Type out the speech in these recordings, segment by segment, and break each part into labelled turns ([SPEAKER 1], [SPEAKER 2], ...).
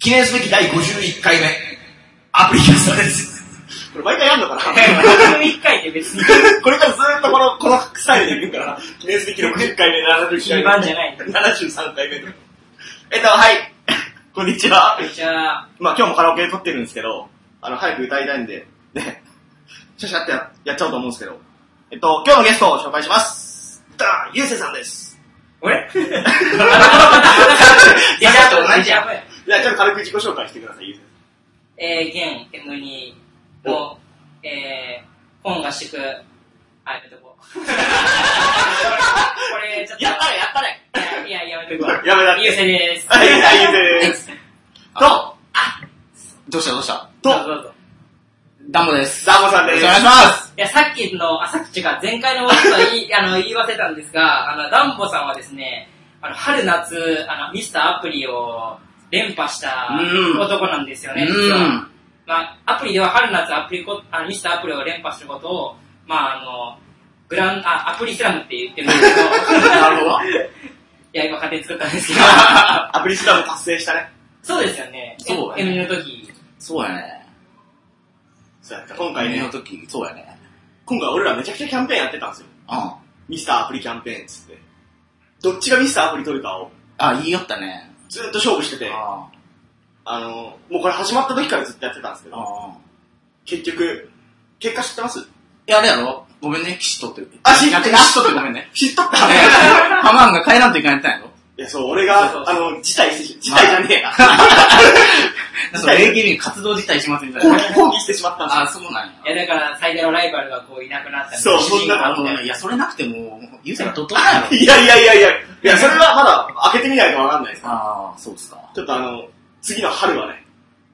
[SPEAKER 1] 記念すべき第51回目、アプリキャストです。これ毎回やんのかな
[SPEAKER 2] 1回で別に
[SPEAKER 1] これからずーっとこの、このスタイルでいくから、記念すべき60回目、70回
[SPEAKER 2] 一
[SPEAKER 1] 目。
[SPEAKER 2] 番じゃない。
[SPEAKER 1] 73回目とか。えっと、はい。 こんにちは。
[SPEAKER 2] じゃあ、
[SPEAKER 1] まあ今日もカラオケで撮ってるんですけど、あの、早く歌いたいんで、ね、シャシャってややっちゃおうと思うんですけど、えっと、今日のゲストを紹介します。ダー、ゆうせいさん です。
[SPEAKER 2] 俺デ
[SPEAKER 1] デ
[SPEAKER 2] ジャート同じや。
[SPEAKER 1] じゃあちょっと軽く自己紹介してください、ゆうせい
[SPEAKER 2] えー、現 M2 の、えー、本合宿、あ、やめとこう。これ、ちょっと、
[SPEAKER 1] さん。れ、やったれ
[SPEAKER 2] いや、いややめとこう。
[SPEAKER 1] やめな
[SPEAKER 2] ゆうせいです。。
[SPEAKER 1] はいはいゆうせいですと、ダ
[SPEAKER 3] どうしたどうした
[SPEAKER 2] どう
[SPEAKER 1] と
[SPEAKER 2] ぞどうぞ。
[SPEAKER 3] ダンボです。
[SPEAKER 1] ーモさんです。
[SPEAKER 3] よろしくお願いします
[SPEAKER 2] いや、さっきの、あ、さっき違う、前回のちょっと言 い、あの、言い忘れたんですが、あの、ダンボさんはですね、あの、春夏、あの、ミスターアプリを連覇した
[SPEAKER 3] うん
[SPEAKER 2] 男なんですよね、実は。
[SPEAKER 3] う
[SPEAKER 2] まあ、アプリでは春夏アプリコ、あのミスターアプリを連覇することを、まあ、あの、グラン、あ、アプリスラムって言ってるんですけど、
[SPEAKER 1] なるほど。
[SPEAKER 2] いや、今勝手に作ったんですけど、
[SPEAKER 1] アプリスラム達成したね。
[SPEAKER 2] そうですよね。
[SPEAKER 3] そうだね
[SPEAKER 2] M の時、
[SPEAKER 3] ん。そうやね。
[SPEAKER 1] そうやった。今回
[SPEAKER 3] 夢の
[SPEAKER 1] ね、
[SPEAKER 3] 時、そうやね。
[SPEAKER 1] 今回俺らめちゃくちゃキャンペーンやってたんですよ。
[SPEAKER 3] うん。あ、
[SPEAKER 1] ミスターアプリキャンペーンっつって。どっちがミスターアプリ取るかを
[SPEAKER 3] 言いよったね。
[SPEAKER 1] ずっと勝負してて、
[SPEAKER 3] あ
[SPEAKER 1] あの、もうこれ始まった時からずっとやってたんですけ
[SPEAKER 3] あ。
[SPEAKER 1] ど、
[SPEAKER 3] ああ。
[SPEAKER 1] 結局、結果知ってます
[SPEAKER 3] いや、あれやろごめんね、岸取ってる。
[SPEAKER 1] あ岸取ってる
[SPEAKER 3] 岸取ってるごめ んね。
[SPEAKER 1] 知っとった
[SPEAKER 3] ねハマンが帰らんといかんやったんやろ
[SPEAKER 1] いや、そう、俺が、
[SPEAKER 2] そうそう
[SPEAKER 1] あの、辞退して、辞退じゃねえや。
[SPEAKER 3] なんか AKB 活動自体しますみたい
[SPEAKER 1] 抗
[SPEAKER 3] な。
[SPEAKER 1] 議、抗議してしまったん
[SPEAKER 3] あ、
[SPEAKER 1] で
[SPEAKER 3] そうなんや。
[SPEAKER 2] いや、だから最大のライバルがこういなくなったみたい
[SPEAKER 1] そうそんな
[SPEAKER 3] あ
[SPEAKER 1] の
[SPEAKER 3] の、いや、それなくても、ゆうせいが取っとったんやろ
[SPEAKER 1] すよ。いやいやいやいや、いや、それはまだ開けてみないとわかんないです。
[SPEAKER 3] ああ、そうっすか。
[SPEAKER 1] ちょっとあの、次の春はね、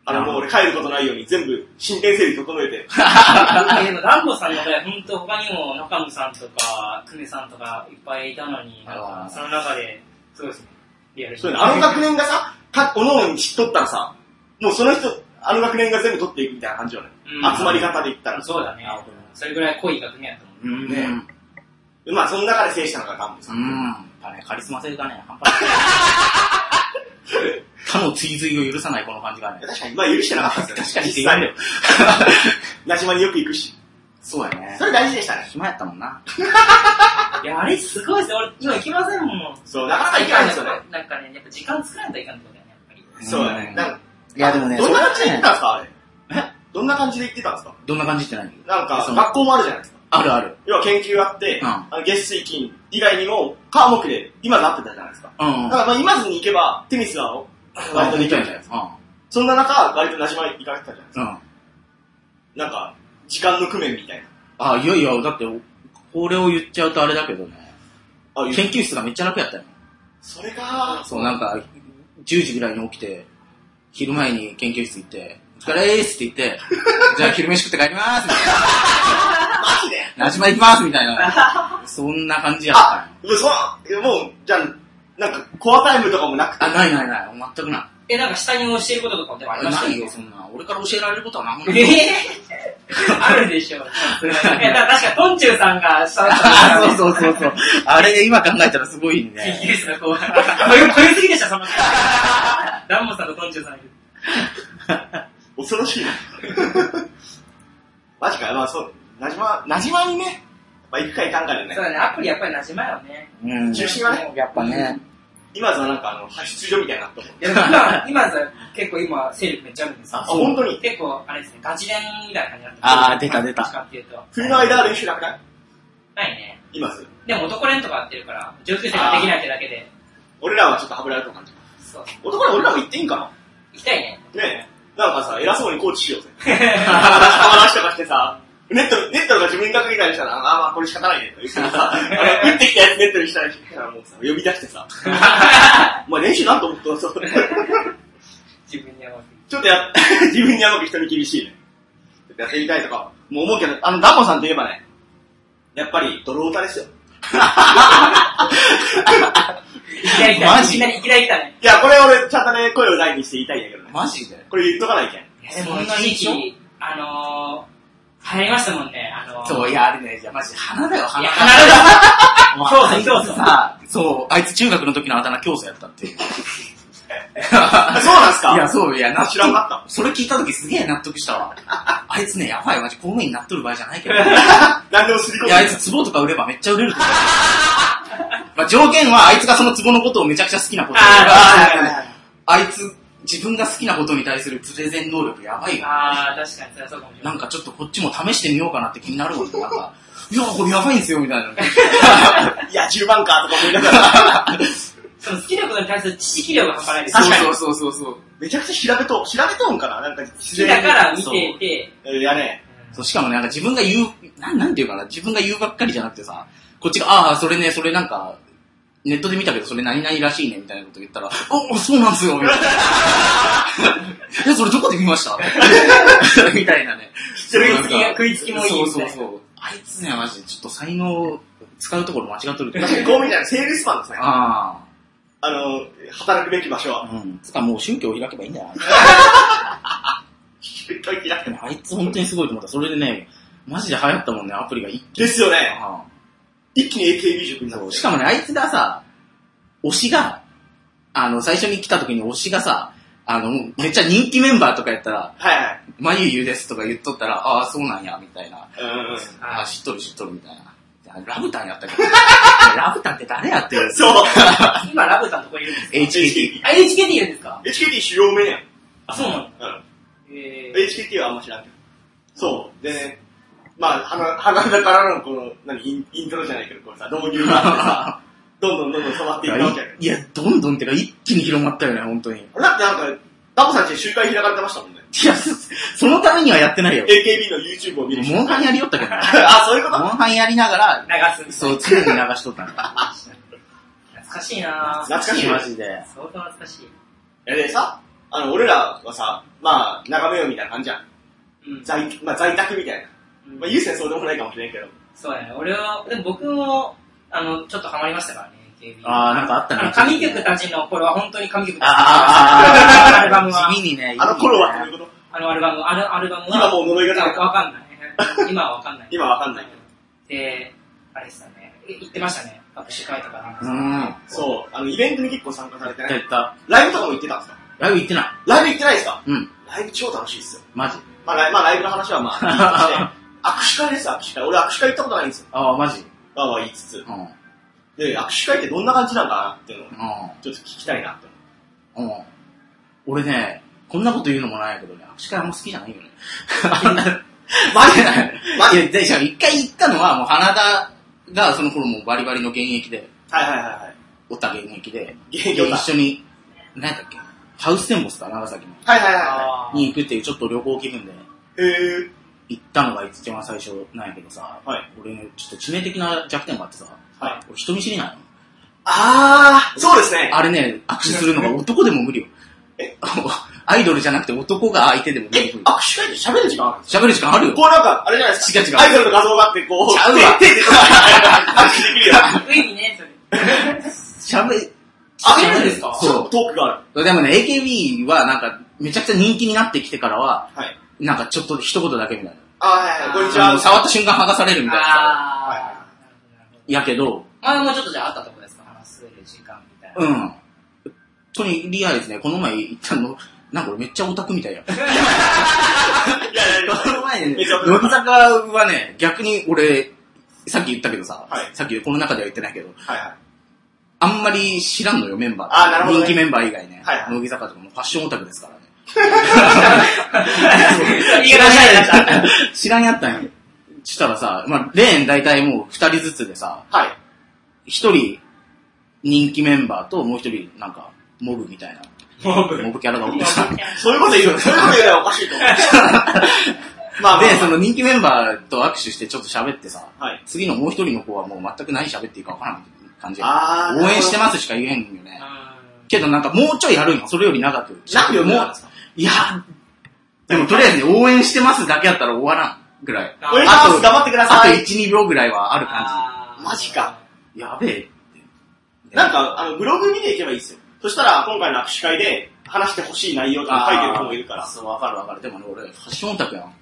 [SPEAKER 1] あの、もう俺帰ることないように全部進展整理整えて、
[SPEAKER 2] でもダンボさんの場合、本当他にも中野さんとか、久米さんとかいっぱいいたのに、なん
[SPEAKER 3] あ
[SPEAKER 2] か
[SPEAKER 3] ー
[SPEAKER 2] その中で、そうですね、リアルに
[SPEAKER 1] そういうのあの学年がさ、か、おのおのに知っとったらさ、もうその人、あの学年が全部取っていくみたいな感じよね。
[SPEAKER 2] うん
[SPEAKER 1] 集まり方で言ったら。
[SPEAKER 2] そうだね。それぐらい濃い学年やと思う。
[SPEAKER 3] うん。
[SPEAKER 1] ねまあ、その中で制したのがダンボ
[SPEAKER 3] う
[SPEAKER 1] さん。
[SPEAKER 3] ん。やっぱね、カリスマ性がね、半端ない。他の追随を許さないこの感じがね。
[SPEAKER 1] 確かに、まあ許してなかったですよね。
[SPEAKER 3] 確かに
[SPEAKER 1] 実 際ね。なじまによく行くし。
[SPEAKER 3] そうやね
[SPEAKER 1] そ。れ大事でしたね。
[SPEAKER 3] 暇やったもんな。
[SPEAKER 2] いや、あれすごいですね。俺、今行きませんもん。
[SPEAKER 1] そう、なかなか行かないんですよね。
[SPEAKER 2] なんかね、やっぱ時間作らないといかんってことだよね、やっぱり。
[SPEAKER 1] そうだね。なんか
[SPEAKER 3] いや、でもね、
[SPEAKER 1] どんな感じで行ってたん
[SPEAKER 3] ね
[SPEAKER 1] ですかあれ。どんな感じで行ってたんですか
[SPEAKER 3] どんな感じって何
[SPEAKER 1] なんか、
[SPEAKER 3] その
[SPEAKER 1] 学校もあるじゃないですか。
[SPEAKER 3] あるある。
[SPEAKER 1] 要は研究あって、
[SPEAKER 3] うん
[SPEAKER 1] あの月水金以外にも、科目で今なってたじゃないですか。
[SPEAKER 3] うんうん。
[SPEAKER 1] だからまあ今津に行けば、テニスは割とできるじゃないですか。
[SPEAKER 3] か。
[SPEAKER 1] そんな中、割となじま行かれてたじゃないです
[SPEAKER 3] う
[SPEAKER 1] か。
[SPEAKER 3] ん。うん。
[SPEAKER 1] なんか、時間の工面みたいな。
[SPEAKER 3] あ、いやいや、だって、これを言っちゃうとあれだけどね。
[SPEAKER 1] あ、
[SPEAKER 3] 研究室がめっちゃ楽やったよ。
[SPEAKER 1] それか
[SPEAKER 3] そう、なんか、10時ぐらいに起きて、昼前に研究室行って、お疲れーすって言って、 じゃあ昼飯食って帰りますみたい
[SPEAKER 1] マジで
[SPEAKER 3] な。なじま行きますみたいな。そんな感じやった
[SPEAKER 1] あ、そう、もう、じゃあ、なんか、コアタイムとかもなくて。
[SPEAKER 3] あ、ないないない。全くな
[SPEAKER 2] え、なんか下に教えることとかってあ
[SPEAKER 3] い。
[SPEAKER 2] りました
[SPEAKER 3] ないよ、そんな。俺から教えられることは何も
[SPEAKER 2] え
[SPEAKER 3] ない。
[SPEAKER 2] ーあるでしょ。い や、だから確か、トンチューさんが下の
[SPEAKER 3] あそうそうそうそう。あれ、今考えたらすごい
[SPEAKER 2] 研
[SPEAKER 3] ね。
[SPEAKER 2] 究室の後輩。これ、これすぎでした、その。ダンボさんとトンチューさんいる。
[SPEAKER 1] 恐ろしいな。 マジか、まあそう、なじま、なじまにね、やっぱ行くか行かんかで
[SPEAKER 2] そう
[SPEAKER 1] ね。
[SPEAKER 2] だね、アプリやっぱり馴染まよね。
[SPEAKER 3] うん。
[SPEAKER 1] 中心はね、
[SPEAKER 3] やっぱね。
[SPEAKER 1] 今はなんかあの、派出所みたいになったもん。
[SPEAKER 2] いや、でも今、今さ、結構今、勢力めっちゃあるんですよ
[SPEAKER 1] あ、本当に。
[SPEAKER 2] 結構、あれですね、ガチ練みたいな感じになって
[SPEAKER 3] あー出た出た
[SPEAKER 2] どっちかっていうと。
[SPEAKER 1] 冬の間は練習なくない
[SPEAKER 2] ないね。
[SPEAKER 1] 今すぐ。
[SPEAKER 2] でも男連とかやってるから、上級生ができないってだけで。
[SPEAKER 1] 俺らはちょっとはぶられると感じ。
[SPEAKER 2] そう。
[SPEAKER 1] 男ら俺らも行っていいんか
[SPEAKER 2] 行きたいね。
[SPEAKER 1] なねえ。なんかさ、偉そうにコーチしよう ぜ。話とかしてさ、ネット、ネットとか自分にかけたりしたら、あまあこれ仕方ないね。とか言って さ、あの打ってきたやつネットにしたりしたらもうさ、呼び出してさ、お前練習なんと思った そう。
[SPEAKER 2] 自分に合わ
[SPEAKER 1] ち
[SPEAKER 2] せて。
[SPEAKER 1] ょっとや、 自分に甘く人に厳しいね。ちょっとやってみたいとか、もう思うけど、あの、ダンボさんといえばね、やっぱり、泥歌 ですよ。
[SPEAKER 2] いきなり来たね。
[SPEAKER 3] マ
[SPEAKER 2] いき
[SPEAKER 3] ジ
[SPEAKER 2] なりいきなり来たね。
[SPEAKER 1] いや、これ俺、ちゃんとね、声を大にして言いたいんだけどね。
[SPEAKER 3] マジで
[SPEAKER 1] これ言っとかないけん。
[SPEAKER 2] いや、でも、一時期、あのー、流行りましたもんね、あのー。
[SPEAKER 3] そう、いや、あれね、じゃあマジで鼻だよ、
[SPEAKER 2] い
[SPEAKER 3] 鼻
[SPEAKER 2] や、。離れた。
[SPEAKER 3] お
[SPEAKER 2] そうそう
[SPEAKER 3] あいつ
[SPEAKER 2] そうそう
[SPEAKER 3] さ、そう、あいつ中学の時のあだ名教祖やったっていう。い
[SPEAKER 1] あそうなんすか
[SPEAKER 3] や、そう俺、いや、納
[SPEAKER 1] 知らんか
[SPEAKER 3] 得。それ聞いた時すげえ納得したわ。あいつね、やばい、マジ公務員になっとる場合じゃないけど。い
[SPEAKER 1] 何でもすり込んで
[SPEAKER 3] や、あいつ壺とか売ればめっちゃ売れると思う。まあ、条件は、あいつがその壺のことをめちゃくちゃ好きなこと。あ
[SPEAKER 1] あ
[SPEAKER 3] いつ、自分が好きなことに対するプレゼン能力やばいよ。
[SPEAKER 2] あー、確かにそれはそうかもしれな。
[SPEAKER 3] ないんかちょっとこっちも試してみようかなって気になるもんね。なんか、 いや、これやばいんですよ、みたい な。
[SPEAKER 1] ーいや、10番かとか思いながら。
[SPEAKER 2] その好きなことに対する知識量が半端ないです。
[SPEAKER 1] 確かに
[SPEAKER 3] そうそうそうそう。
[SPEAKER 1] めちゃくちゃ調べと、調べとんかななんか、自
[SPEAKER 2] 好き
[SPEAKER 1] 然
[SPEAKER 2] だ
[SPEAKER 1] に
[SPEAKER 2] から見ていて、
[SPEAKER 1] えーいやね、
[SPEAKER 3] そう、しかもねなんか自分が言う、なん、なんていうかな、自分が言うばっかりじゃなくてさ、こっちが、ああ、それね、それなんか、ネットで見たけど、それ何々らしいね、みたいなこと言ったら、お、おそうなん すよ、みたいな。いや、それどこで見ました みたいなね。
[SPEAKER 2] 食いつきが、食いつきもいい
[SPEAKER 3] そう
[SPEAKER 2] みたい
[SPEAKER 3] そう
[SPEAKER 2] な。
[SPEAKER 3] そう。あいつね、マジで、ちょっと才能、使うところ間違っとるって
[SPEAKER 1] 確かに公務員じゃない、セールスマンですね。
[SPEAKER 3] あ
[SPEAKER 1] あの、働くべき場所
[SPEAKER 3] あ。
[SPEAKER 1] は、
[SPEAKER 3] うん。つかもう宗教を開けばいいんだよ。
[SPEAKER 1] 一回開
[SPEAKER 3] で
[SPEAKER 1] く。
[SPEAKER 3] もあいつ本当にすごいと思った。それでね、マジで流行ったもんね、アプリが一気
[SPEAKER 1] ですよね。
[SPEAKER 3] ああ
[SPEAKER 1] 一気に AKB 塾になっ
[SPEAKER 3] そう
[SPEAKER 1] て。
[SPEAKER 3] しかもね、あいつがさ、推しが、あの、最初に来た時に推しがさ、あの、めっちゃ人気メンバーとかやったら、
[SPEAKER 1] はいはい。
[SPEAKER 3] まゆゆですとか言っとったら、ああ、そうなんや、みたいな。
[SPEAKER 1] うん
[SPEAKER 3] ああ、知っとる知っとる、みたいな。ラブタンやったけど。 ラブタンって誰やってる
[SPEAKER 1] そう。
[SPEAKER 2] 今ラブさんのとこいるんですか
[SPEAKER 3] ?HKT。
[SPEAKER 2] あ、HKT いるんですか
[SPEAKER 1] HKT 主要名やん。
[SPEAKER 2] あ、そうなの
[SPEAKER 1] うん。
[SPEAKER 2] えー
[SPEAKER 1] HKT はあんま知らんけど。そう。でね、まあ、鼻、鼻だからのこの、何、インイントロじゃないけど、こうさ、導入があって さ、どんどんどんどん染まっていったわけやけど。
[SPEAKER 3] いや、どんどんってか、一気に広まったよね、本当に。い
[SPEAKER 1] だってなんか、ダボさんち集会開かれてましたもんね。
[SPEAKER 3] や、そそのためにはやってないよ。
[SPEAKER 1] AKB の YouTube を見る人。
[SPEAKER 3] モンハンやりよったけどね。
[SPEAKER 1] あ、そういうこと
[SPEAKER 3] モンハンやりながら、
[SPEAKER 2] 流す。
[SPEAKER 3] そう、常に流しとったの。
[SPEAKER 2] 懐かしいな
[SPEAKER 1] 懐
[SPEAKER 2] ぁ。
[SPEAKER 1] かしい
[SPEAKER 3] マジで。
[SPEAKER 2] 相当懐かしい。
[SPEAKER 1] いやでさ、あの、俺らはさ、まあ、眺めようみたいな感じじゃん。
[SPEAKER 2] うん。
[SPEAKER 1] 在、まあ、在宅みたいな。
[SPEAKER 2] うん
[SPEAKER 1] まあ、優先そうでもないかもしれんけど。
[SPEAKER 2] そうやね。俺は、でも僕も、あの、ちょっとハマりましたからね、AKB。
[SPEAKER 3] ああ、なんかあった
[SPEAKER 2] あ
[SPEAKER 3] ね
[SPEAKER 2] の、。神曲たちの頃は本当に神曲たちの
[SPEAKER 3] あーあー、あーあー
[SPEAKER 2] アルバムは
[SPEAKER 3] 地味にね。
[SPEAKER 1] あの頃はどういうこと
[SPEAKER 2] あのアルバム、あのアルバム
[SPEAKER 1] 今
[SPEAKER 2] は、
[SPEAKER 1] もう呪いが
[SPEAKER 2] な
[SPEAKER 1] なんい
[SPEAKER 2] か
[SPEAKER 1] か。
[SPEAKER 2] わかんない。今はわかんない。
[SPEAKER 1] 今わかんない。
[SPEAKER 2] で、あれでしたね。い言ってましたね。握手会とかなん
[SPEAKER 3] う
[SPEAKER 2] か。
[SPEAKER 3] ん。
[SPEAKER 1] そう。あの、イベントに結構参加されて
[SPEAKER 3] や
[SPEAKER 1] ね。
[SPEAKER 3] った。
[SPEAKER 1] ライブとかも行ってたんですか
[SPEAKER 3] ライブ行ってない。
[SPEAKER 1] ライブ行ってないですか
[SPEAKER 3] うん。
[SPEAKER 1] ライブ超楽しいですよ。
[SPEAKER 3] マジ。
[SPEAKER 1] まあ、ライまあ、ライブの話はま あ、いいとして、握手会です、握手会。俺握手会行ったことないんですよ。
[SPEAKER 3] ああ、マジ。
[SPEAKER 1] まあまあ言いつつ。
[SPEAKER 3] うん。うん。
[SPEAKER 1] で、握手会ってどんな感じなんかなっていうのを、ちょっと聞きたいなって思う。
[SPEAKER 3] うん。俺ね、こんなこと言うのもないけどね、握手会あんま好きじゃないよね。
[SPEAKER 1] マジでマ
[SPEAKER 3] い
[SPEAKER 1] ジで
[SPEAKER 3] や、で、しかも一回行ったのは、もう花田がその頃もうバリバリの現役で、
[SPEAKER 1] はいはいはいはい。
[SPEAKER 3] おった現役で、
[SPEAKER 1] 現
[SPEAKER 3] で
[SPEAKER 1] 役だ。
[SPEAKER 3] 一緒に、何やったっけハウステンボスか、長崎の。
[SPEAKER 1] はいはいはいは
[SPEAKER 2] あー
[SPEAKER 3] に行くっていう、ちょっと旅行気分で
[SPEAKER 1] い。へー。
[SPEAKER 3] 行ったのが一番最初なんやけどさ、
[SPEAKER 1] はい
[SPEAKER 3] 俺ね、ちょっと致命的な弱点があってさ、
[SPEAKER 1] はい。
[SPEAKER 3] 俺人見知りなの。
[SPEAKER 1] あー、そうですね。
[SPEAKER 3] あれね、握手するのが男でも無理よ。
[SPEAKER 1] え
[SPEAKER 3] アイドルじゃなくて男が相手でも無
[SPEAKER 1] え、握。
[SPEAKER 3] 理
[SPEAKER 1] 手会って喋る時間あるんです
[SPEAKER 3] 喋る時間あるよ
[SPEAKER 1] か。こうなんか、あれじゃないですか。
[SPEAKER 3] 違う違う
[SPEAKER 1] アイドルの画像があって、こう、
[SPEAKER 3] ちゃうわ
[SPEAKER 1] 手手で、握手できるよ。
[SPEAKER 2] 意味ね、それ。
[SPEAKER 3] 喋る。
[SPEAKER 2] 喋るんですか
[SPEAKER 3] そ
[SPEAKER 1] トークがある。
[SPEAKER 3] う。でもね、AKB はなんか、めちゃくちゃ人気になってきてからは、
[SPEAKER 1] はい。
[SPEAKER 3] なんかちょっと一言だけみたい
[SPEAKER 1] あー、はいはい。こんにち
[SPEAKER 3] な。
[SPEAKER 1] は。
[SPEAKER 3] 触った瞬間剥がされるみたいなさ。
[SPEAKER 2] あ
[SPEAKER 3] やけど、
[SPEAKER 2] ー。前もちょっとじゃああったとこですか話す時間みたいな。
[SPEAKER 3] うん。とに、リアルですね、この前行ったの、なんか俺めっちゃオタクみたいや。
[SPEAKER 1] いやいやいや
[SPEAKER 3] この前ね、
[SPEAKER 1] めちゃ
[SPEAKER 3] 乃木坂はね、逆に俺、さっき言ったけどさ、
[SPEAKER 1] はい
[SPEAKER 3] さっきこの中では言ってないけど、
[SPEAKER 1] はいはい。
[SPEAKER 3] あんまり知らんのよ、メンバー。
[SPEAKER 1] あーなるほどね
[SPEAKER 3] 人気メンバー以外ね。
[SPEAKER 1] はいはい
[SPEAKER 3] 乃木坂とかもファッションオタクですからね。
[SPEAKER 2] 言い方しないでした。
[SPEAKER 3] 知らんやったんや。したらさ、まあ、レーン大体もう二人ずつでさ、
[SPEAKER 1] はい。
[SPEAKER 3] 一人人気メンバーともう一人なんか、モブみたいな。
[SPEAKER 2] モブ
[SPEAKER 3] モブキャラがおっ てさ。
[SPEAKER 1] そういうこと言うのそういうこと言うのはおかしい と思う。まあ、
[SPEAKER 3] で、そ
[SPEAKER 1] の、
[SPEAKER 3] の人気メンバーと握手してちょっと喋ってさ、
[SPEAKER 1] はい。
[SPEAKER 3] 次のもう一人の子はもう全く何喋っていいかわからん感じ。応
[SPEAKER 1] あー
[SPEAKER 3] 援してますしか言えんよね。
[SPEAKER 2] う
[SPEAKER 3] けどなんかもうちょいやるんよ。それより長く。
[SPEAKER 1] 何秒
[SPEAKER 3] も
[SPEAKER 1] も
[SPEAKER 3] う、いや、でもとりあえずね、応援してますだけやったら終わらんぐらい。
[SPEAKER 2] ん
[SPEAKER 1] お願いし
[SPEAKER 3] あ
[SPEAKER 1] ま
[SPEAKER 3] と
[SPEAKER 1] す。頑張ってくだ
[SPEAKER 3] あと
[SPEAKER 1] さ
[SPEAKER 3] 1
[SPEAKER 1] い。、
[SPEAKER 3] 2秒ぐらいはある感
[SPEAKER 2] あー
[SPEAKER 1] マジか。
[SPEAKER 3] じ。やべえって。
[SPEAKER 1] なんか、あの、ブログ見ていけばいいですよ。そしたら、今回の握手会で、話してほしい内容とか書いてる人もいるから。
[SPEAKER 3] そう、わかるわかる。でもね、俺、ファッションオタ クやん。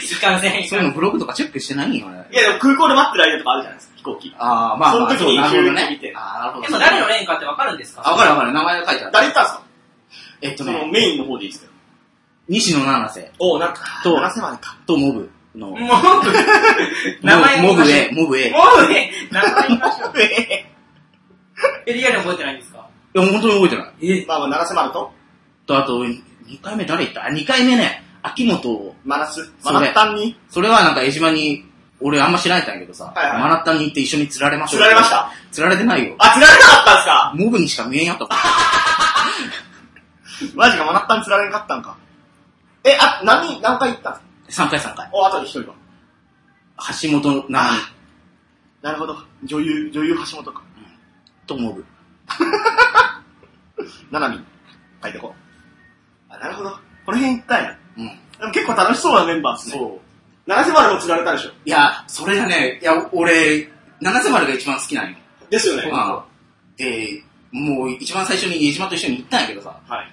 [SPEAKER 2] 一貫性
[SPEAKER 3] そういうのブログとかチェックしてないんよ、俺。
[SPEAKER 1] いや、でも空港で待ってる間とかあるじゃないですか、飛行機。
[SPEAKER 3] ああ、まあまあ、
[SPEAKER 1] その時に
[SPEAKER 3] うなるほど
[SPEAKER 1] 急に
[SPEAKER 3] ね
[SPEAKER 1] 見て。
[SPEAKER 3] ああ、なるほ
[SPEAKER 2] で
[SPEAKER 3] ど。
[SPEAKER 2] も誰のレーンかってわかるんですか
[SPEAKER 3] あわかるわかる、名前が書いてある。
[SPEAKER 1] 誰行ったんですか
[SPEAKER 3] えっと
[SPEAKER 1] その
[SPEAKER 3] ね、
[SPEAKER 1] メインの方でいいですけど。
[SPEAKER 3] 西野七瀬
[SPEAKER 1] おなんか、
[SPEAKER 3] と
[SPEAKER 1] 話せまでか。
[SPEAKER 3] とモブの、
[SPEAKER 2] モブ名前
[SPEAKER 3] モブ
[SPEAKER 2] 言いましょ
[SPEAKER 3] A、モブ A。い
[SPEAKER 2] モブ A! 名前言いましょう。え、リアル覚えてないんですか
[SPEAKER 3] や、本当に覚えてない。
[SPEAKER 2] え
[SPEAKER 1] まあまあ、長瀬丸と、
[SPEAKER 3] と、あと、2回目誰行ったあ、2回目ね、秋元、
[SPEAKER 1] マナス、
[SPEAKER 3] そ
[SPEAKER 1] マ
[SPEAKER 3] れ
[SPEAKER 1] ナッタンに、
[SPEAKER 3] それはなんか江島に、俺あんま知られたんやけどさ、
[SPEAKER 1] はいはい
[SPEAKER 3] マラッタンに行って一緒に釣られまし
[SPEAKER 1] 釣
[SPEAKER 3] た。
[SPEAKER 1] られました。
[SPEAKER 3] 釣られてないよ。
[SPEAKER 1] あ、釣られなかったんすか
[SPEAKER 3] モブにしか見えんやったもん。
[SPEAKER 1] マジか、マナッタンに釣られなかったんか。え、あ、何、何回行ったんすか
[SPEAKER 3] 3回3回。
[SPEAKER 1] お、あとで一人か。
[SPEAKER 3] 橋本奈美
[SPEAKER 1] なるほど。女優、女優橋本か。
[SPEAKER 3] とモブ。
[SPEAKER 1] ななみん。書いてこう。あ、なるほど。この辺行ったんや。
[SPEAKER 3] うん。
[SPEAKER 1] でも結構楽しそうなメンバーっすね。
[SPEAKER 3] そう。
[SPEAKER 1] 長瀬丸も釣られたでしょ。
[SPEAKER 3] いや、それがね、いや、俺、七瀬丸が一番好きなんよ。
[SPEAKER 1] ですよね。
[SPEAKER 3] まあで、もう一番最初に江島と一緒に行ったんやけどさ、
[SPEAKER 1] はい。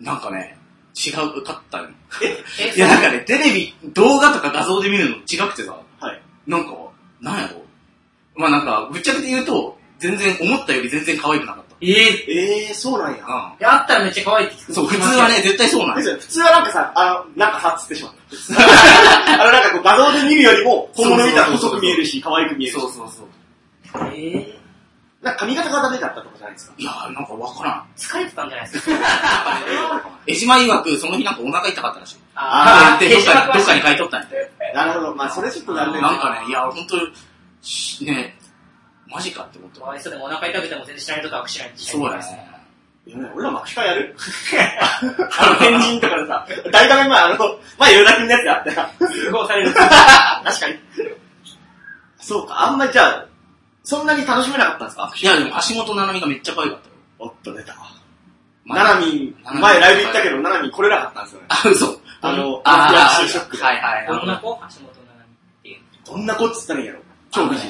[SPEAKER 3] なんかね、違うかったよ。
[SPEAKER 2] え、
[SPEAKER 3] いや、なんかね、テレビ、動画とか画像で見るの違くてさ、
[SPEAKER 1] はい。
[SPEAKER 3] なんか、なんやろまあなんか、ぶっちゃけて言うと、全然、思ったより全然可愛くなかっ
[SPEAKER 2] えー
[SPEAKER 1] えー、そうなんや。
[SPEAKER 3] た。
[SPEAKER 2] いやあったらめっちゃ可愛いって聞
[SPEAKER 3] う
[SPEAKER 2] く。
[SPEAKER 3] ん。そう、普通はね、絶対そうなん
[SPEAKER 1] です
[SPEAKER 3] よ。
[SPEAKER 1] よね普通はなんかさ、あの、なんかさ、つってしまった。あの、なんかこう、画像で見るよりも、本物見たら細く見えるし、可愛く見えるし
[SPEAKER 3] そ。うそうそう。
[SPEAKER 2] え
[SPEAKER 1] なんか髪型がダメだったとかじゃないですか。
[SPEAKER 3] いやー、なんかわからん。
[SPEAKER 2] ー、疲れてたんじゃないですか
[SPEAKER 3] 江島曰く、その日なんかお腹痛かったらしい。
[SPEAKER 1] あ
[SPEAKER 3] で、どっか
[SPEAKER 2] 消しま
[SPEAKER 3] に、どっか
[SPEAKER 2] く
[SPEAKER 3] に買い取ったんや。
[SPEAKER 1] なるほど。まあ、それちょっと残念
[SPEAKER 3] なんかね、いや、ほんと、しね、マジかって思っ
[SPEAKER 2] か
[SPEAKER 3] た。
[SPEAKER 2] わいそうでもお腹痛くても全然知らないとか握手なんてし
[SPEAKER 3] そう
[SPEAKER 2] ない
[SPEAKER 3] だね。
[SPEAKER 1] いやね俺らも握手会やるあの、天神とかでさ、 大画面前、あの、前、ヨダ君のやつやったら、
[SPEAKER 2] 通報される。
[SPEAKER 1] 確かに。そうか、あんまりじゃあ、そんなに楽しめなかったんですか
[SPEAKER 3] いや、でも橋本奈々美がめっちゃ可愛かったよ。
[SPEAKER 1] おっと、出た。
[SPEAKER 3] まあ
[SPEAKER 1] ななみ
[SPEAKER 3] ななみ
[SPEAKER 1] ん、前ライブ行ったけど、ななみん来れなかったんですよね。
[SPEAKER 3] あ、嘘。
[SPEAKER 1] あの、
[SPEAKER 3] あ
[SPEAKER 1] ラ
[SPEAKER 3] ー
[SPEAKER 1] ッシュショックで。
[SPEAKER 3] はいはい。
[SPEAKER 2] どんな子橋本奈々美っていう。
[SPEAKER 1] どんな子っつったらいいんやろ。
[SPEAKER 3] 超美人。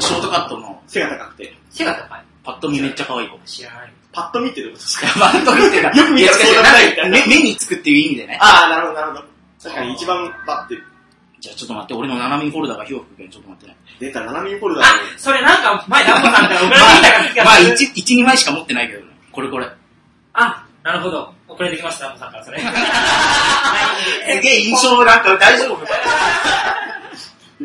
[SPEAKER 3] ショートカットの
[SPEAKER 1] 背が高くて。
[SPEAKER 2] 背が高い。
[SPEAKER 3] パッと見めっちゃ可愛い子。
[SPEAKER 2] 知らない。
[SPEAKER 1] パッと見てることです か
[SPEAKER 3] パッと見っていうか、
[SPEAKER 1] よく見たらそうならないみたいな
[SPEAKER 3] や違う違う目目につくっていう意味でね。
[SPEAKER 1] ああ、なるほど、なるほど。確かに一番バッて
[SPEAKER 3] じゃあちょっと待って、俺の斜めフォルダが広くけん、ちょっと待ってね。
[SPEAKER 1] 出た斜めフォルダ
[SPEAKER 2] あ、それなんか前ダンボ さんから送られてきたから聞き
[SPEAKER 3] まあ、
[SPEAKER 2] がする。
[SPEAKER 3] 1、1、2枚しか持ってないけどね。これこれ。
[SPEAKER 2] あ、なるほど。送られてきました、ダンボさんからそれ。
[SPEAKER 3] すげえ印象なん か大丈夫、
[SPEAKER 1] で、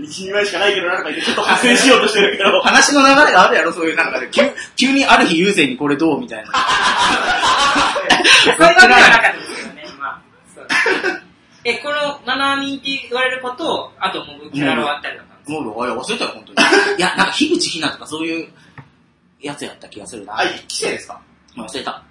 [SPEAKER 1] 一人前しかないけどなんか言ってちょっと発生しようとしてるけど
[SPEAKER 3] 話の流れがあるやろ、そういうなんかね、急急にある日優先にこれどうみたいな。
[SPEAKER 2] そういうわけではなかったですけどね、まあ。そうえ、この、ナナミンって言われることを、あともう、キャラロあったりとか。
[SPEAKER 3] もう、あれ忘れたよ、本当に。いや、なんか、樋口ひなとかそういうやつやった気がする な。
[SPEAKER 1] あ、一期生ですか
[SPEAKER 3] 忘れた。
[SPEAKER 2] あ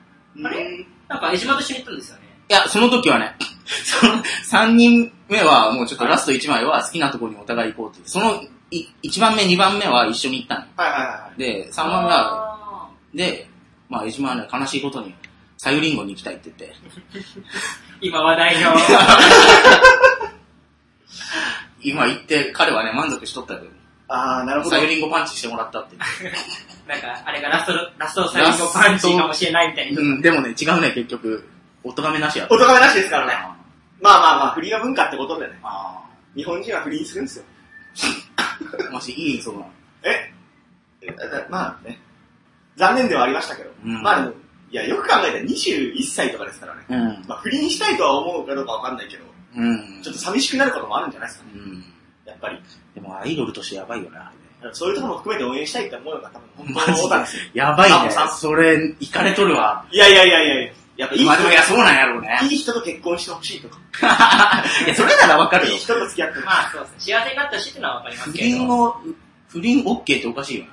[SPEAKER 2] れなんか、江島と一緒に行ったんですよね。
[SPEAKER 3] いや、その時はね、 その、3人目はもうちょっとラスト1枚は好きなところにお互い行こうっていう。その、い1番目、2番目は一緒に行ったの。
[SPEAKER 1] はいはいはい。
[SPEAKER 3] で、3
[SPEAKER 2] あ
[SPEAKER 3] 番目は、で、まあ、江島はね、悲しいことに、さゆりんごに行きたいって言って。
[SPEAKER 2] ー今話題 の、
[SPEAKER 3] 今行って、彼はね、満足しとったけど、
[SPEAKER 1] ああ、なるほど
[SPEAKER 3] さ。ゆりんごパンチしてもらったって。
[SPEAKER 2] なんか、あれがラスト、ラスト最後パンチかもしれないみたいな。
[SPEAKER 3] うん、でもね、違うね、結局、お咎めなしやった
[SPEAKER 1] お咎めなしですからね。
[SPEAKER 3] あ
[SPEAKER 1] まあまあまあ、不倫の文化ってことでね。
[SPEAKER 3] あ
[SPEAKER 1] 日本人は不倫するんですよ。
[SPEAKER 3] ー、もしいい、そうなの。
[SPEAKER 1] ええだまあね。残念ではありましたけど。
[SPEAKER 3] うん
[SPEAKER 1] まあでも、いや、よく考えたら21歳とかですからね。
[SPEAKER 3] うん。
[SPEAKER 1] まあ、不倫したいとは思うかどうかわかんないけど、
[SPEAKER 3] うん
[SPEAKER 1] ちょっと寂しくなることもあるんじゃないですか、
[SPEAKER 3] うん。
[SPEAKER 1] やっぱり。
[SPEAKER 3] でもアイドルとしてやばいよな、
[SPEAKER 1] そういうところも含めて応援したいって思うのが多分
[SPEAKER 3] マ
[SPEAKER 1] 本当
[SPEAKER 3] ジで
[SPEAKER 1] のことなんですよ。
[SPEAKER 3] やばい
[SPEAKER 1] あも
[SPEAKER 3] ね
[SPEAKER 1] うさ。
[SPEAKER 3] それ、いかれとるわ。
[SPEAKER 1] いやいやいやいやいや。やっぱいい
[SPEAKER 3] まあでも、いや、
[SPEAKER 1] 人
[SPEAKER 3] そうなんやろうね。
[SPEAKER 1] いい人と結婚してほしいとか、
[SPEAKER 3] いや、それならわかる
[SPEAKER 1] い
[SPEAKER 3] よ
[SPEAKER 1] い。人と付き合ってほしい。
[SPEAKER 2] まあ、そうですね。幸せになってほしいってのはわかりま
[SPEAKER 3] 不
[SPEAKER 2] すけ
[SPEAKER 3] 倫
[SPEAKER 2] ど。
[SPEAKER 3] を、不倫 OK っておかしいよ。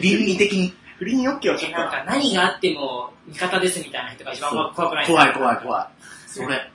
[SPEAKER 3] 倫理的に。
[SPEAKER 1] 不倫欲求はちょ
[SPEAKER 2] え、
[SPEAKER 1] っ
[SPEAKER 2] なん
[SPEAKER 1] と、
[SPEAKER 2] か、何があっても、味方ですみたいな人が一番怖くないですか
[SPEAKER 3] 怖い怖い怖い。それ。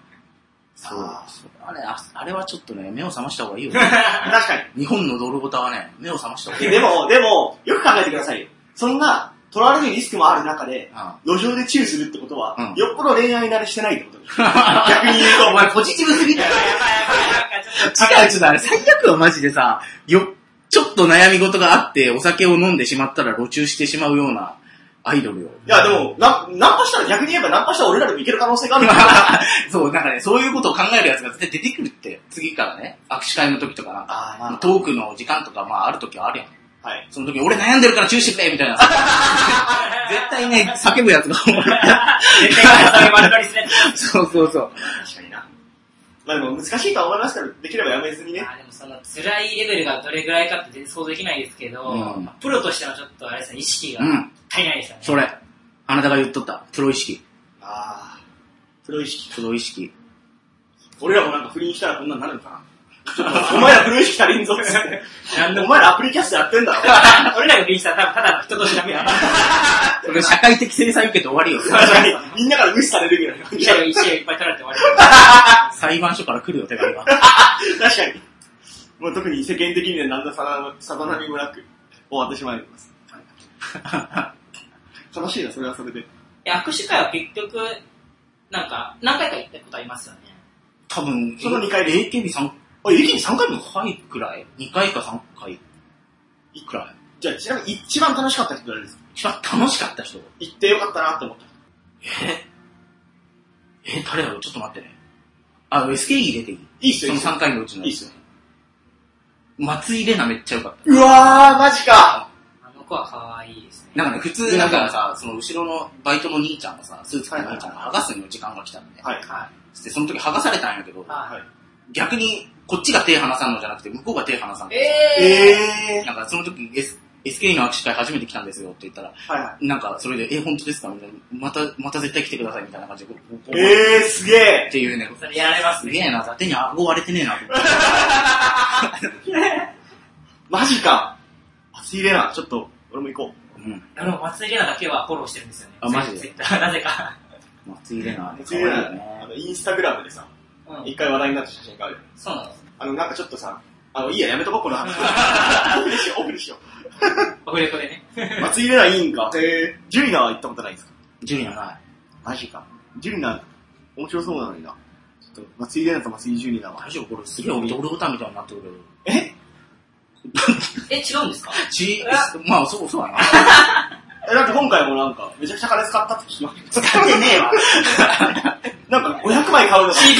[SPEAKER 3] そう
[SPEAKER 1] あ。
[SPEAKER 3] あれ、ああれはちょっとね、目を覚ました方がいいよ。
[SPEAKER 1] 確かに。
[SPEAKER 3] 日本のドルボタはね、目を覚ました方がい
[SPEAKER 1] え
[SPEAKER 3] い。
[SPEAKER 1] でも、でも、よく考えてくださいよ。そんな、取られるリスクもある中で、
[SPEAKER 3] あ
[SPEAKER 1] 路上でチューするってことは、
[SPEAKER 3] うん
[SPEAKER 1] よっぽど恋愛慣れしてないってことです。逆に言うと、
[SPEAKER 3] お前ポジティブすぎ
[SPEAKER 2] や
[SPEAKER 3] た
[SPEAKER 2] ばい
[SPEAKER 3] よ
[SPEAKER 2] やばいやばい、なんかちょっと。
[SPEAKER 3] 違う、ちょっとあれ、最悪はマジでさ、よ、ちょっと悩み事があって、お酒を飲んでしまったら路中してしまうようなアイドルよ。
[SPEAKER 1] いや、でも、な、ナンパしたら、逆に言えばナンパしたら俺らでもいける可能性があるから。
[SPEAKER 3] そう、なんかね、そういうことを考えるやつが絶対出てくるって、次からね、握手会の時とかなんか、
[SPEAKER 1] あーまあ
[SPEAKER 3] トークの時間とか、まあある時はあるやん。
[SPEAKER 1] はい。
[SPEAKER 3] その時、俺悩んでるから注意してくれみたい な。絶対ね、叫ぶやつがお前。
[SPEAKER 2] 絶対そればっかりですね。
[SPEAKER 3] そうそうそう。
[SPEAKER 1] 確かにな。まあでも難しいとは思いますけど、できればやめずにね。
[SPEAKER 2] あーでもその辛いレベルがどれぐらいかって全然想像できないですけど、
[SPEAKER 3] うん
[SPEAKER 2] まあプロとしてのちょっとあれですね、意識が
[SPEAKER 3] うん。
[SPEAKER 2] 足りないですよね。
[SPEAKER 3] それ。あなたが言っとった。プロ意識。
[SPEAKER 1] あー、プロ意識。
[SPEAKER 3] プロ意識。
[SPEAKER 1] 俺らもなんか不倫したらこんなんなるのかな。お前らプロ意識足りんぞっつって。なんでお前らアプリキャストやってんだろ。
[SPEAKER 2] 俺らがビーチさん多分ただの人としてだけ だ。
[SPEAKER 3] それ社会的制裁受けて終わりよ。
[SPEAKER 1] 確かに、みんなから無視されるぐらいの感
[SPEAKER 2] 一
[SPEAKER 1] じ。確
[SPEAKER 2] 応一応いっぱい取られて終わり。
[SPEAKER 3] 裁判所から来るよ、手紙が。
[SPEAKER 1] かに。もう特に世間的には何のさなさざ波もなく終わってしまいます。悲しいな、それはそれで。
[SPEAKER 2] いや握手会は結局、なんか、何回か行ったことありますよね。
[SPEAKER 3] 多分、
[SPEAKER 1] その二回で
[SPEAKER 3] AKB3
[SPEAKER 1] あ、一気に3回も
[SPEAKER 3] 回くらい ?2 回か3回くらい
[SPEAKER 1] じゃあ、ちなみに一番楽しかった人誰ですか
[SPEAKER 3] 一番楽しかった人。
[SPEAKER 1] 行ってよかったなって思った。
[SPEAKER 3] え、誰だろうちょっと待ってね。あ、SKE 出ていい
[SPEAKER 1] いいっす
[SPEAKER 3] そ
[SPEAKER 1] よ、いいっ
[SPEAKER 3] の
[SPEAKER 1] すよ。
[SPEAKER 3] 3回のうちの。
[SPEAKER 1] いいっすよ。
[SPEAKER 3] 松井玲奈めっちゃ良かった。
[SPEAKER 1] うわー、マジか
[SPEAKER 2] あの子は可愛いですね。
[SPEAKER 3] なんかね、普通、なんかさ、その後ろのバイトの兄ちゃんがさ、スーツ着た兄ちゃんが剥がすの時間が来たんで、
[SPEAKER 1] はい。
[SPEAKER 2] は
[SPEAKER 3] でその時剥がされたんやけど
[SPEAKER 2] い。、は
[SPEAKER 1] はい。
[SPEAKER 3] 逆にこっちが手離さんのじゃなくて、向こうが手離さん
[SPEAKER 2] い。
[SPEAKER 3] で。
[SPEAKER 2] えー、
[SPEAKER 1] え
[SPEAKER 3] なんかその時、S、SK の握手会初めて来たんですよって言ったら、
[SPEAKER 1] ー。はいは
[SPEAKER 3] なんかそれで、え、本当ですかみたいな、また、また絶対来てくださいみたいな感じで、こうこう
[SPEAKER 1] い。えー、すげえ。
[SPEAKER 3] っていうね、
[SPEAKER 2] それやられます
[SPEAKER 3] す
[SPEAKER 2] ね。
[SPEAKER 3] げえな、手に顎割れてねえなと思って。
[SPEAKER 1] マジか。熱いれな、ちょっと、俺も行こ
[SPEAKER 3] うん。
[SPEAKER 2] あの、松井玲奈だけはフォローしてるんですよね。
[SPEAKER 3] あマジで
[SPEAKER 2] ツイッター なぜか。
[SPEAKER 3] 松井玲奈
[SPEAKER 1] う。
[SPEAKER 3] ね、
[SPEAKER 1] 熱いれな、あの、インスタグラムでさ、
[SPEAKER 2] うん。
[SPEAKER 1] 一回話題になった写真があるよ。
[SPEAKER 2] そうなんです。
[SPEAKER 1] あの、なんかちょっとさ、あの、いいや、やめとこう、この 話。オフにしよう、オフにしよ
[SPEAKER 2] オフレコでね。
[SPEAKER 1] う。松井玲奈いいんか。えー、ジュリナは行ったことないんですか
[SPEAKER 3] ジュリアない。
[SPEAKER 1] マジか。ジュリナ、面白そうなのにな。ちょっと、松井玲奈と松井ジュリナは。
[SPEAKER 3] 大丈夫これすげえ俺、ドルボタンみたいになってるけど。
[SPEAKER 1] え
[SPEAKER 2] え、違うんですか
[SPEAKER 3] ち
[SPEAKER 2] うわ、
[SPEAKER 3] まあ、そうそうだな。
[SPEAKER 1] え、だって今回もなんか、めちゃくちゃ金使ったって聞きました。
[SPEAKER 2] 使ってねえわ。
[SPEAKER 1] なんか500枚買うの。
[SPEAKER 2] CD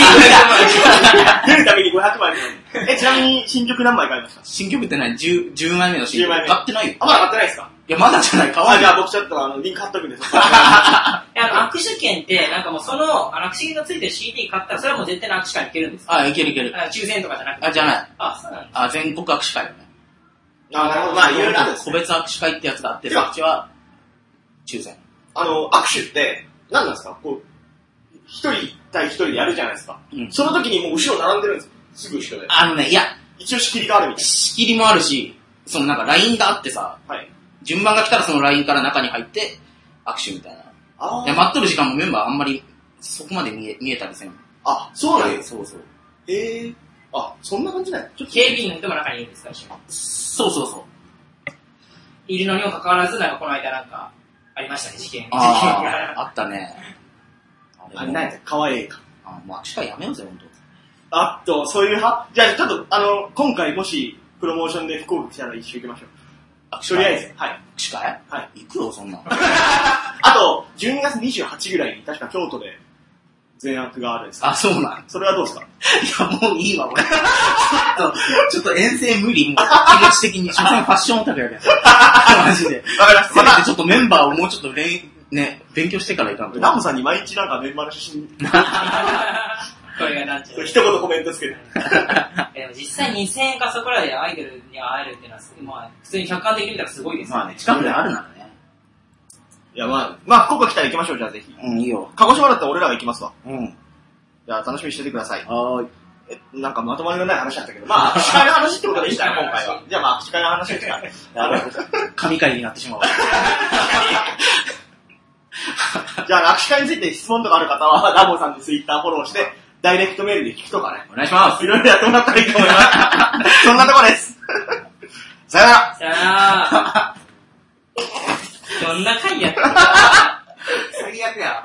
[SPEAKER 1] 出るために500枚買うの。え、ちなみに新曲何枚買いました
[SPEAKER 3] 新曲ってない ?10、10枚目の新曲。
[SPEAKER 1] 10枚目
[SPEAKER 3] 買ってないよ。
[SPEAKER 1] あ、まだ買ってないですか
[SPEAKER 3] いや、まだじゃない、かわ
[SPEAKER 1] あ、
[SPEAKER 3] いい
[SPEAKER 1] じ。ゃあ僕ちょっとあの、リンク貼っとくん で、そこ
[SPEAKER 2] えあの、握手券って、なんかもうその、あの握手券がついてる CD 買ったら、それはもう絶対の握手会に行けるんですか
[SPEAKER 3] あ、いけるいける。
[SPEAKER 2] あ抽選とかじゃなくて。
[SPEAKER 3] あ、じゃない。
[SPEAKER 2] あ、そうなんだ。
[SPEAKER 3] あ、全国握手会よね。
[SPEAKER 1] あ、なるほど。まあ、いろいろあるんです
[SPEAKER 3] 個
[SPEAKER 1] ね
[SPEAKER 3] 別握手会ってやつがあって、
[SPEAKER 1] いや
[SPEAKER 3] そっちは、抽選。
[SPEAKER 1] あの、握手って、何なんですかこう、一人対一人でやるじゃないですか。
[SPEAKER 3] うん
[SPEAKER 1] その時にもう後ろ並んでるんですよ。すぐ後ろで。
[SPEAKER 3] あのね、いや、
[SPEAKER 1] 一応仕切りがあるみたい
[SPEAKER 3] 仕切りもあるし、そのなんか LINE があってさ、
[SPEAKER 1] な。はい。
[SPEAKER 3] 順番が来たらその LINE から中に入って、握手みたいな。
[SPEAKER 1] あ
[SPEAKER 3] で、待っとる時間もメンバーあんまり、そこまで見え、見えたりせん。
[SPEAKER 1] あ、そうなんです。
[SPEAKER 3] そうそう。
[SPEAKER 1] へえ。あ、そんな感じなんやちょっと、
[SPEAKER 2] 警備員の人も中にいるんですか、一緒に。
[SPEAKER 3] そうそうそう。
[SPEAKER 2] いるのにもかかわらず、なんかこの間なんか、ありましたね、事件。事件
[SPEAKER 3] あ
[SPEAKER 2] が。
[SPEAKER 3] あ、あったね。あ
[SPEAKER 1] あれなんやかわいいか。
[SPEAKER 3] あ、もう握手会やめようぜ、ほんと。
[SPEAKER 1] あと、そういう派じゃあ、ちょっと、あの、今回もし、プロモーションで福岡来たら一緒行きましょう。
[SPEAKER 3] 握
[SPEAKER 1] とりあえず。はい。
[SPEAKER 3] ず。握手会。
[SPEAKER 1] はい
[SPEAKER 3] 行くよ、そんなん。
[SPEAKER 1] あと、12月28ぐらいに確か京都で全悪があるんです
[SPEAKER 3] あ、そうなん。
[SPEAKER 1] それはどうですか
[SPEAKER 3] いや、もういいわ、俺。ちょっと、ちょっと遠征無理、もう。気持ち的に。所詮ファッションオタクやけん。マジで。
[SPEAKER 1] わかりま
[SPEAKER 3] せめてちょっとメンバーをもうちょっとれん、ね、勉強してから行かんと。
[SPEAKER 1] ナムさんに毎日なんかメンバーの写真、
[SPEAKER 2] これがなんちゃう。
[SPEAKER 1] 一言コメントつけて。
[SPEAKER 2] えでも実際2000円かそこらでアイドルに会えるっていうのはすごい、まあ、普通に客観的に見たらすごいですよ
[SPEAKER 3] まあね、近くであるならね。
[SPEAKER 1] いや、まあ、まあ、福岡来たら行きましょう、じゃあぜひ。
[SPEAKER 3] うん、いいよ。
[SPEAKER 1] 鹿児島だったら俺らが行きますわ。
[SPEAKER 3] うん。
[SPEAKER 1] じゃあ楽しみにしててください。
[SPEAKER 3] はーい。
[SPEAKER 1] え、なんかまとまりのない話だったけど、まあ、握手会の話ってことでいいんじゃない今回は。じゃあまあ、握手会の話ですから。
[SPEAKER 3] やべえ、神回になってしまうわ。
[SPEAKER 1] じゃあ、握手会について質問とかある方は、ラボさんのツイッターフォローして、ダイレクトメールで聞くとかね。
[SPEAKER 3] お願いします。
[SPEAKER 1] いろいろやってもらったらいいと思います。そんなとこです。さよなら。
[SPEAKER 2] さあ、どんな回やった
[SPEAKER 3] 最悪や。